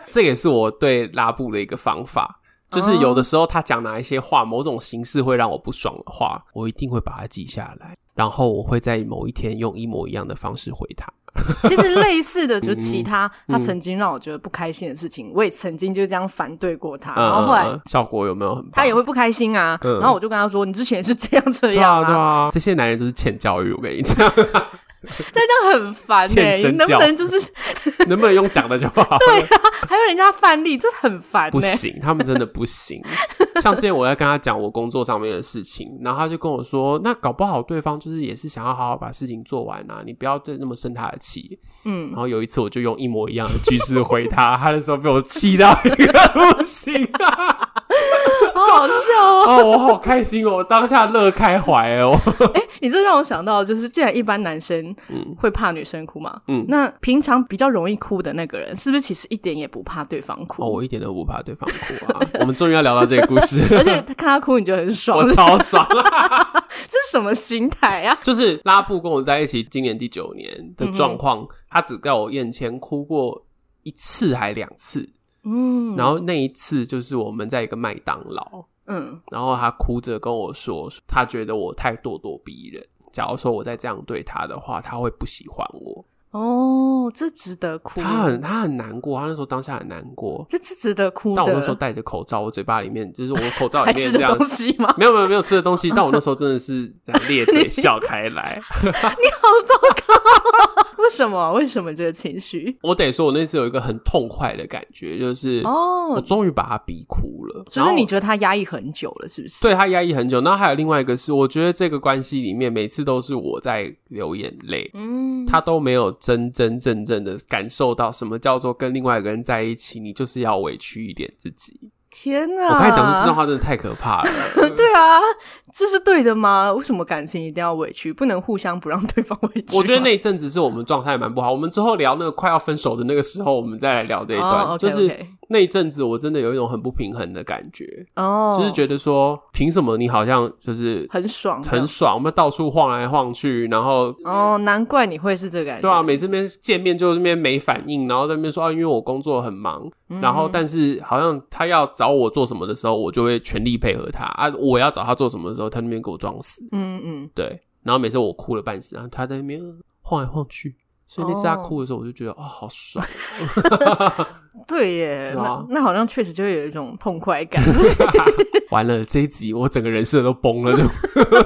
A: 这也是我对拉布的一个方法，就是有的时候他讲哪一些话，某种形式会让我不爽的话，我一定会把它记下来，然后我会在某一天用一模一样的方式回他。
B: 其实类似的，就是其
A: 嗯
B: 他他曾经让我觉得不开心的事情，我也曾经就这样反对过他，然后后来
A: 嗯嗯嗯效果有没有很棒？
B: 他也会不开心啊，
A: 嗯
B: 然后我就跟他说：“你之前也是这样这
A: 对
B: 样
A: 啊对啊，这些男人都是欠教育，我跟你讲， [laughs]
B: 但这样很烦哎、
A: 欠身
B: 能不
A: 教
B: 能就是
A: 能不能用讲的就好？对，
B: 还有人家范例，这很烦、欸。
A: 不行，他们真的不行。像之前我在跟他讲我工作上面的事情，然后他就跟我说，那搞不好对方就是也是想要好好把事情做完啊，你不要对那么生他的气。
B: 嗯
A: 然后有一次我就用一模一样的句式回他，他那时候被我气到一个不行啊！
B: [laughs] 好好笑哦！
A: 哦，我好开心哦，我当下乐开怀哦。
B: [laughs] 你这让我想到，就是既然一般男生会怕女生哭嘛，
A: 嗯
B: 那平常比较容易哭的那个人，是不是其实一点也不怕对方哭？
A: 哦，我一点都不怕对方哭啊。我们终于要聊到这个故事，
B: 而且他看他哭，你就很爽
A: 我，超爽。
B: 这是什么心态啊？
A: 就是拉布跟我在一起今年第九年的状况，他只在我眼前哭过一次还两次，
B: 嗯
A: 然后那一次就是我们在一个麦当劳，
B: 嗯
A: 然后他哭着跟我说，他觉得我太咄咄逼人。假如说我再这样对他的话，他会不喜欢我。
B: 哦，这值得哭，
A: 他很他很难过，他那时候当下很难过。
B: 这是值得哭
A: 但我那时候
B: 的，
A: 戴着口罩，我嘴巴里面就是我口罩里
B: [laughs] 还
A: 面
B: 吃
A: 这
B: 的
A: 样
B: 东，西吗？ [laughs]
A: 没有没有没有吃的东西。但我那时候真的是这样咧嘴笑开来。
B: 为什么？为什么这个情绪？
A: 我得说，我那次有一个很痛快的感觉，就是我
B: 哦，
A: 终于把他逼哭了。
B: 就
A: 然
B: 是
A: 后
B: 你觉得他压抑很久了，是不是？
A: 对他压抑很久。然后还有另外一个是，我觉得这个关系里面，每次都是我在流眼泪，
B: 嗯，
A: 他都没有真真正正的感受到什么叫做跟另外一个人在一起，你就是要委屈一点自己。
B: 天哪！
A: 我刚才讲的这段话真的太可怕
B: [laughs]
A: 了。
B: 对啊，这是对的吗？为什么感情一定要委屈？不能互相不让对方委屈吗？
A: 我觉得那一阵子是我们状态蛮不好，我们之后聊那个快要分手的那个时候，我们再来聊这一段。
B: 哦，OK，OK
A: 就是那一阵子，我真的有一种很不平衡的感觉，
B: 哦，
A: 就是
B: 得
A: 觉得说，凭什么你好像就是
B: 很爽这样，
A: 很爽，我们到处晃来晃去，然后
B: 哦，难怪你会是这个感觉。
A: 对啊，每次边见面就那边没反应，然后在那边说啊，因为我工作很忙，
B: 嗯
A: 然后但是好像他要找我做什么的时候，我就会全力配合他啊。我要找他做什么的时候，他那边给我装死，
B: 嗯嗯，
A: 对。然后每次我哭了半死，然后他在那边呃晃来晃去，所以那次他
B: 哦
A: 哭的时候，我就觉得啊、好爽。
B: 嗯对耶，
A: 对啊
B: 那那好像确实就会有一种痛
A: [laughs]
B: 快感。
A: 完了这一集，我整个人设都崩了，对不对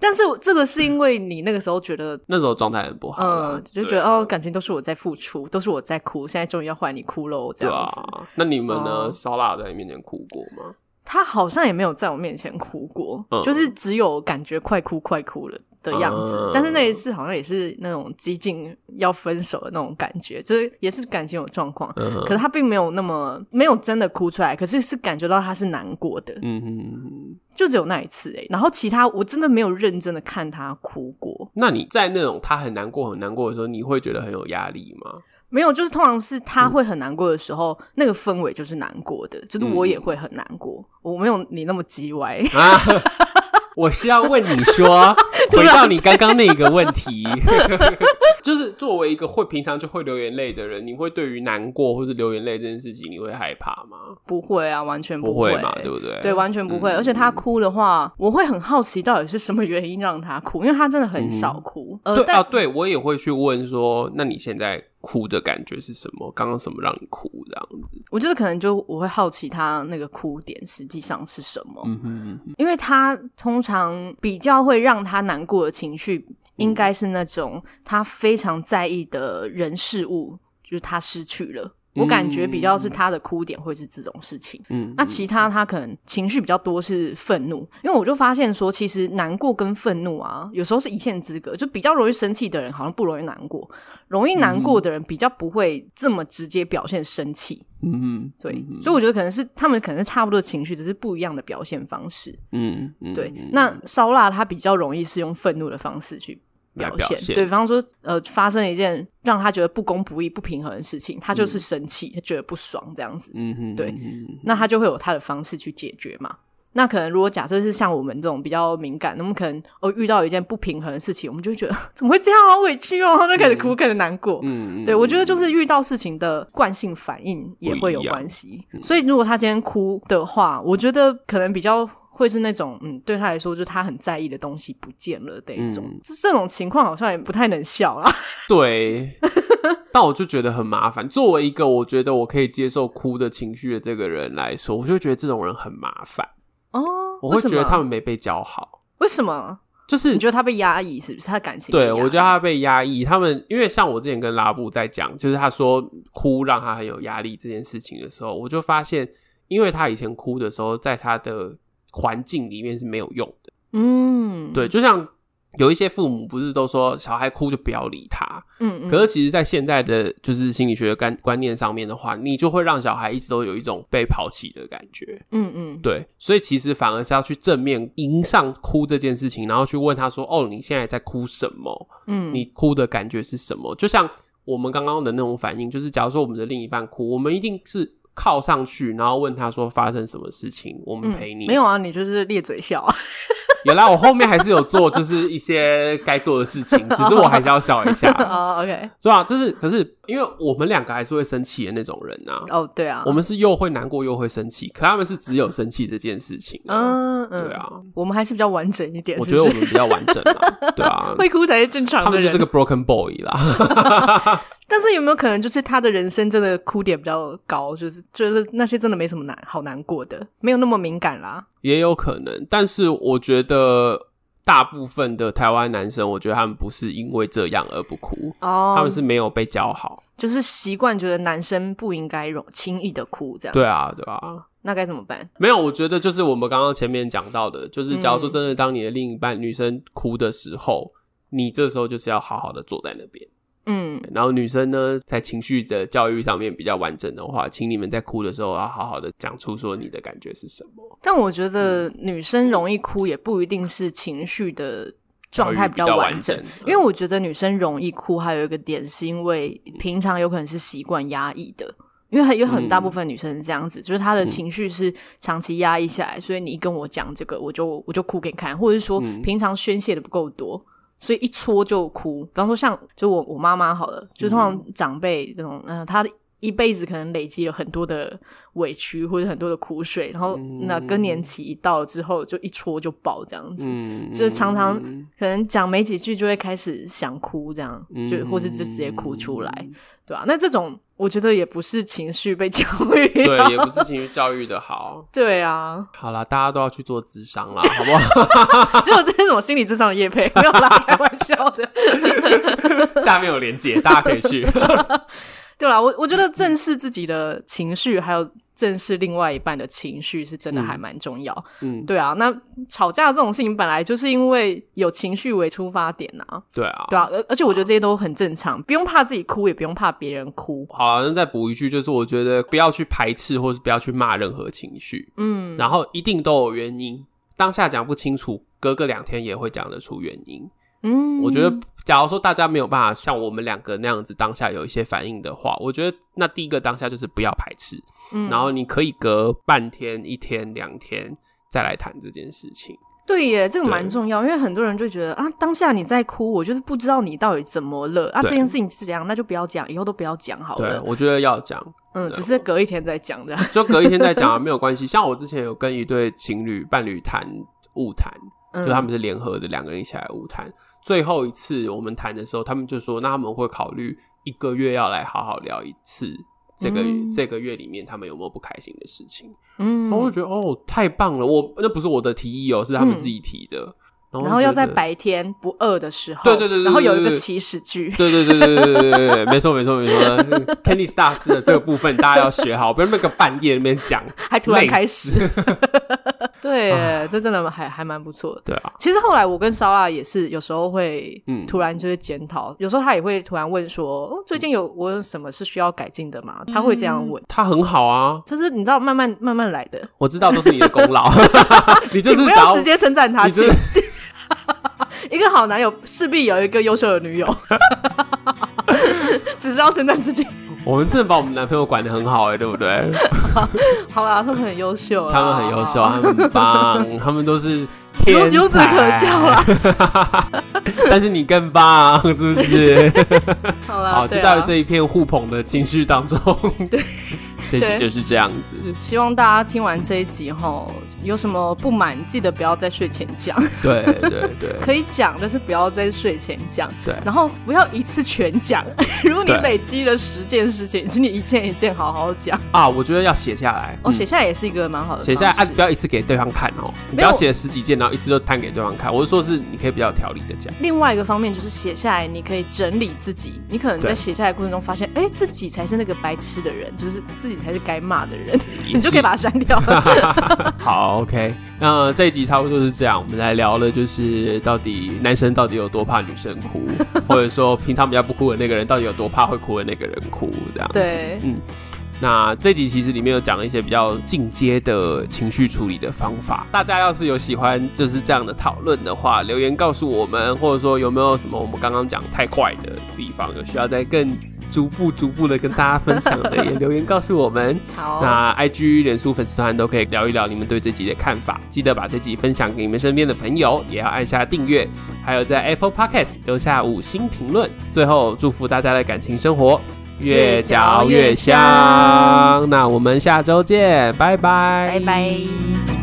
B: 但是这个是因为你那个时候觉得，
A: [laughs] 那时候状态很不好啦，
B: 嗯，就
A: 对
B: 觉得哦，感情都是我在付出，都是我在哭，现在终于要换你哭喽，这
A: 对
B: 样子。
A: 啊。那你们呢？
B: 哦
A: 烧腊在你面前哭过吗？
B: 他好像也没有在我面前哭过，
A: 嗯
B: 就是只有感觉快哭快哭了的样子。
A: 嗯
B: 但是那一次好像也是那种激进要分手的那种感觉，就是也是感情有状况，
A: 嗯哼
B: 可是他并没有那么没有真的哭出来，可是是感觉到他是难过的，
A: 嗯哼，
B: 就只有那一次哎、然后其他我真的没有认真的看他哭过，
A: 那你在那种他很难过、很难过的时候，你会觉得很有压力吗？
B: 没有，就是通常是他
A: 嗯
B: 会很难过的时候，那个氛围就是难过的，就是
A: 嗯
B: 我也会很难过，我没有你那么叽歪。
A: 啊，我是要问你 [laughs] 说，回到你刚刚那个问题， [laughs] 就是作为一个会平常就会流眼泪的人，你会对于难过或是流眼泪这件事情，你会害怕吗？
B: [laughs] 不会啊，完全
A: 不
B: 会
A: 会嘛，对不对？
B: 对，完全不会。
A: 嗯
B: 而且他哭的话，我会很好奇到底是什么原因让他哭，因为他真的很少哭。呃，
A: 对
B: 但、
A: 啊，对我也会去问说，那你现在哭的感觉是什么？刚刚什么让你哭？这样子，
B: 我觉得可能就我会好奇他那个哭点实际上是什么，
A: 嗯哼，
B: 因为他通常比较会让他难过的情绪，应该是那种他非常在意的人事物，就是他失去了。我感觉比较是他的哭点会是这种事情，
A: 嗯，
B: 那其他他可能情绪比较多是愤怒，因为我就发现说，其实难过跟愤怒啊，有时候是一线之隔，就比较容易生气的人好像不容易难过，容易难过的人比较不会这么直接表现生气。
A: 嗯哼，
B: 对，
A: 嗯哼
B: 所以我觉得可能是他们可能是差不多的情绪，只是不一样的表现方式。
A: 嗯，嗯
B: 对，
A: 嗯
B: 那烧腊它比较容易是用愤怒的方式去
A: 来
B: 表
A: 表
B: 现，
A: 现
B: 对，比方说呃发生了一件让他觉得不公不义、不平衡的事情，他就是生气，他觉得不爽这样子。
A: 嗯哼，
B: 对
A: 嗯哼
B: 那他就会有他的方式去解决嘛。那可能如果假设是像我们这种比较敏感，那么可能哦遇到一件不平衡的事情，我们就会觉得 [laughs] 怎么会这样，好委屈哦，然后就开始哭，开始难过。
A: 嗯，嗯
B: 对，我觉得就是遇到事情的惯性反应也会有
A: 不一样嗯
B: 关系。所以如果他今天哭的话，我觉得可能比较会是那种嗯，对他来说就是他很在意的东西不见了的一种。
A: 嗯
B: 这这种情况好像也不太能笑啦。 [laughs]
A: 对，但我就觉得很麻烦。作为一个我觉得我可以接受哭的情绪的这个人来说，我就觉得这种人很麻烦。
B: 哦，
A: 我会觉得他
B: 们
A: 们没被教好，
B: 为什么？
A: 就是
B: 你觉得他被压抑是不是？他的感情被
A: 对
B: 压抑
A: 我觉得他被压抑。他们因为像我之前跟拉布在讲，就是他说哭让他很有压力这件事情的时候，我就发现，因为他以前哭的时候，在他的环境里面是没有用的。
B: 嗯，
A: 对，就像有一些父母不是都说小孩哭就不要理他，
B: 嗯嗯，
A: 可是其实，在现在的就是心理学的观观念上面的话，你就会让小孩一直都有一种被抛弃的感觉。
B: 嗯嗯，
A: 对，所以其实反而是要去正面迎上哭这件事情，然后去问他说：“哦，你现在在哭什么？
B: 嗯，
A: 你哭的感觉是什么？”就像我们刚刚的那种反应，就是假如说我们的另一半哭，我们一定是靠上去，然后问他说发生什么事情，我们
B: 嗯
A: 陪你。
B: 没有啊，你就是咧嘴笑啊。
A: 有啦，我后面还是有做就是一些该做的事情，只是我还是要笑一下。
B: [laughs]
A: [laughs]
B: 哦 o k
A: 对啊，就是可是因为我们两个还是会生气的那种人啊。
B: 哦，对啊，
A: 我们是又会难过又会生气，可他们是只有生气这件事情、啊。
B: 嗯嗯，
A: 对，啊，
B: 我们还是比较完整一点，
A: 我
B: 是
A: 觉
B: 不
A: 得
B: 是，
A: 我们比较完整啊，对啊
B: [laughs] 会哭才是正常
A: 他
B: 的
A: 们就
B: 人
A: 是。个 broken boy 啦。
B: 但是有没有可能，就是他的人生真的哭点比较高，就是觉得那些真的没什么难，好难过的，没有那么敏感啦。
A: 也有可能，但是我觉得大部分的台湾男生，我觉得他们不是因为这样而不哭，
B: 哦
A: 他们是没有被教好。
B: 就是习惯觉得男生不应该容轻易的哭这样。，
A: 对啊，对啊，
B: 那该怎么办？
A: 没有，我觉得就是我们刚刚前面讲到的，就是
B: 嗯
A: 假如说真的，当你的另一半女生哭的时候，你这时候就是要好好的坐在那边。
B: 嗯，
A: 然后女生呢，在情绪的教育上面比较完整的话，请你们在哭的时候要好好的讲出说你的感觉是什么，
B: 但我觉得
A: 嗯
B: 女生容易哭也不一定是情绪的状态
A: 教育比
B: 较
A: 完
B: 整。
A: 整，
B: 因为我觉得女生容易哭，还有一个点是因为平常有可能是习惯压抑的，因为很有很大
A: 嗯
B: 部分女生是这样子，就是她的情绪是长期压抑下来，所以你一跟我讲这个，我就我就哭给你看，或者是说
A: 嗯
B: 平常宣泄的不够多。所以一戳就哭，比方说像就我我妈妈好了，就通常长辈那种，嗯、呃，她一辈子可能累积了很多的委屈或者很多的苦水，然后
A: 嗯
B: 那更年期一到之后就一戳就爆这样子，
A: 嗯
B: 就是常常
A: 嗯
B: 可能讲没几句就会开始想哭，这样
A: 嗯
B: 就或是就直接哭出来，对吧、啊那这种我觉得也不是情绪被教育、
A: 对，
B: 啊，
A: 也不是情绪教育的好。
B: [laughs] 对啊， [laughs]
A: 好啦，大家都要去做智商啦，好 [laughs] 不
B: 只有这种心理智商的业配，没有啦，开玩笑的。
A: 好？下面有连接，大家可以去。
B: 对啦，我我觉得正视自己的情绪，还有正视另外一半的情绪，是真的还蛮重要。
A: 嗯，
B: 对啊，那吵架这种事情本来就是因为有情绪为出发点呐、啊，
A: 对啊，
B: 对啊，而而且我觉得这些都很正常，不用怕自己哭，也不用怕别人哭。
A: 好啦，那再补一句，就是我觉得不要去排斥，或是不要去骂任何情绪，
B: 嗯，
A: 然后一定都有原因。当下讲不清楚，隔个两天也会讲得出原因。
B: 嗯，
A: 我觉得，假如说大家没有办法像我们两个那样子当下有一些反应的话，我觉得那第一个当下就是不要排斥，
B: 嗯
A: 然后你可以隔半天、一天、两天再来谈这件事情。
B: 对耶，这个
A: 对
B: 蛮重要，因为很多人就觉得啊，当下你在哭，我就是不知道你到底怎么了啊，这
A: 对
B: 件事情是怎样，那就不要讲，以后都不要讲好
A: 对，
B: 了。
A: 我觉得要讲。
B: 嗯，
A: 对
B: 只是隔一天再讲这样。
A: 就隔一天再讲啊，没有关系。像我之前有跟一对情侣伴侣谈误谈，[laughs]
B: 嗯，
A: 就他们是联合的两个人一起来误谈。最后一次我们谈的时候，他们就说，那他们会考虑一个月要来好好聊一次。这个、
B: 嗯
A: 这个月里面，他们有没有不开心的事情？然
B: 嗯
A: 后我就觉得哦，太棒了！我那不是我的提议哦，是他们自己提的。然后
B: 嗯然后要
A: 就觉
B: 在
A: 得
B: 白天不饿的时候，
A: 对对对对
B: 然后有一
A: 对
B: 个
A: 对对
B: 起始句，
A: 对对对对对对对对，没错没错没错。Candice 大师的这个部分大家要学好，不要那个半夜那边讲，
B: 还突然
A: 累
B: 开
A: 死
B: 始。 [laughs] 对耶，这真的还还蛮不错的。
A: 对啊，
B: 其实后来我跟烧腊也是，有时候会
A: 嗯
B: 突然就是检讨，有时候他也会突然问说，哦，最近有我有什么是需要改进的吗？他会这样问，
A: 他很好啊，
B: 就是你知道，慢慢慢慢来的。
A: 我知道都是你的功劳， [laughs] 你就
B: 请
A: 是
B: 不
A: 想
B: 要
A: 要
B: 直接称赞他，
A: 你
B: 请
A: 这
B: [laughs] 一个好男友势必有一个优秀的女友， [laughs] 只知道称赞自己。
A: 我们真的把我们男朋友管得很好哎、对不对？
B: 好啦，他们很优秀啦，
A: 他们很优秀，他们很棒，他们都是
B: 由 [laughs]
A: 天
B: 由此可
A: 才
B: 教啊
A: [laughs]
B: 啦。
A: 但是你更棒，是不是？
B: 好啦，
A: 好，就
B: 对
A: 在
B: [laughs] 啊
A: 这一片互捧的情绪
B: [laughs]
A: 当中，对，这集就是这样子。
B: 希望大家听完这一集后，有什么不满记得不要在睡前
A: [laughs]
B: 讲，
A: 对对对，
B: 可以讲，但是不要在睡前讲。
A: 对
B: 然后不要一次全讲。如果你
A: 对
B: 累积了十件事情，请你一件一件好好讲。
A: 啊，我觉得要写下来，
B: 哦，写
A: 嗯
B: 下来也是一个蛮好的方式，
A: 写下来，啊，不要一次给对方看哦，你不
B: 没有
A: 要写十几件，然后一次就摊给对方看。我是说，是你可以比较有条理的讲，
B: 另外一个方面就是写下来，你可以整理自己。你可能在
A: 对
B: 写下来的过程中发现，哎、自己才是那个白痴的人，就是自己才是该骂的人，
A: 你
B: [laughs] 你就可以把它删掉。
A: [laughs] 好，OK，那这一集差不多是这样，我们来聊了，就是到底男生到底有多怕女生哭，或者说平常比较不哭的那个人到底有多怕会哭的那个人哭，这样。，
B: 对，
A: 嗯，那这集其实里面有讲了一些比较进阶的情绪处理的方法，大家要是有喜欢就是这样的讨论的话，留言告诉我们，或者说有没有什么我们刚刚讲太快的地方，有需要再更逐步逐步的跟大家分享的，也留言告诉我们。
B: 好，
A: 那 IG、脸书粉丝团都可以聊一聊你们对这集的看法，记得把这集分享给你们身边的朋友，也要按下订阅，还有在 Apple Podcast 留下五星评论。最后，祝福大家的感情生活越嚼
B: 越
A: 越
B: 香
A: 香。那我们下周见，拜拜，
B: 拜拜。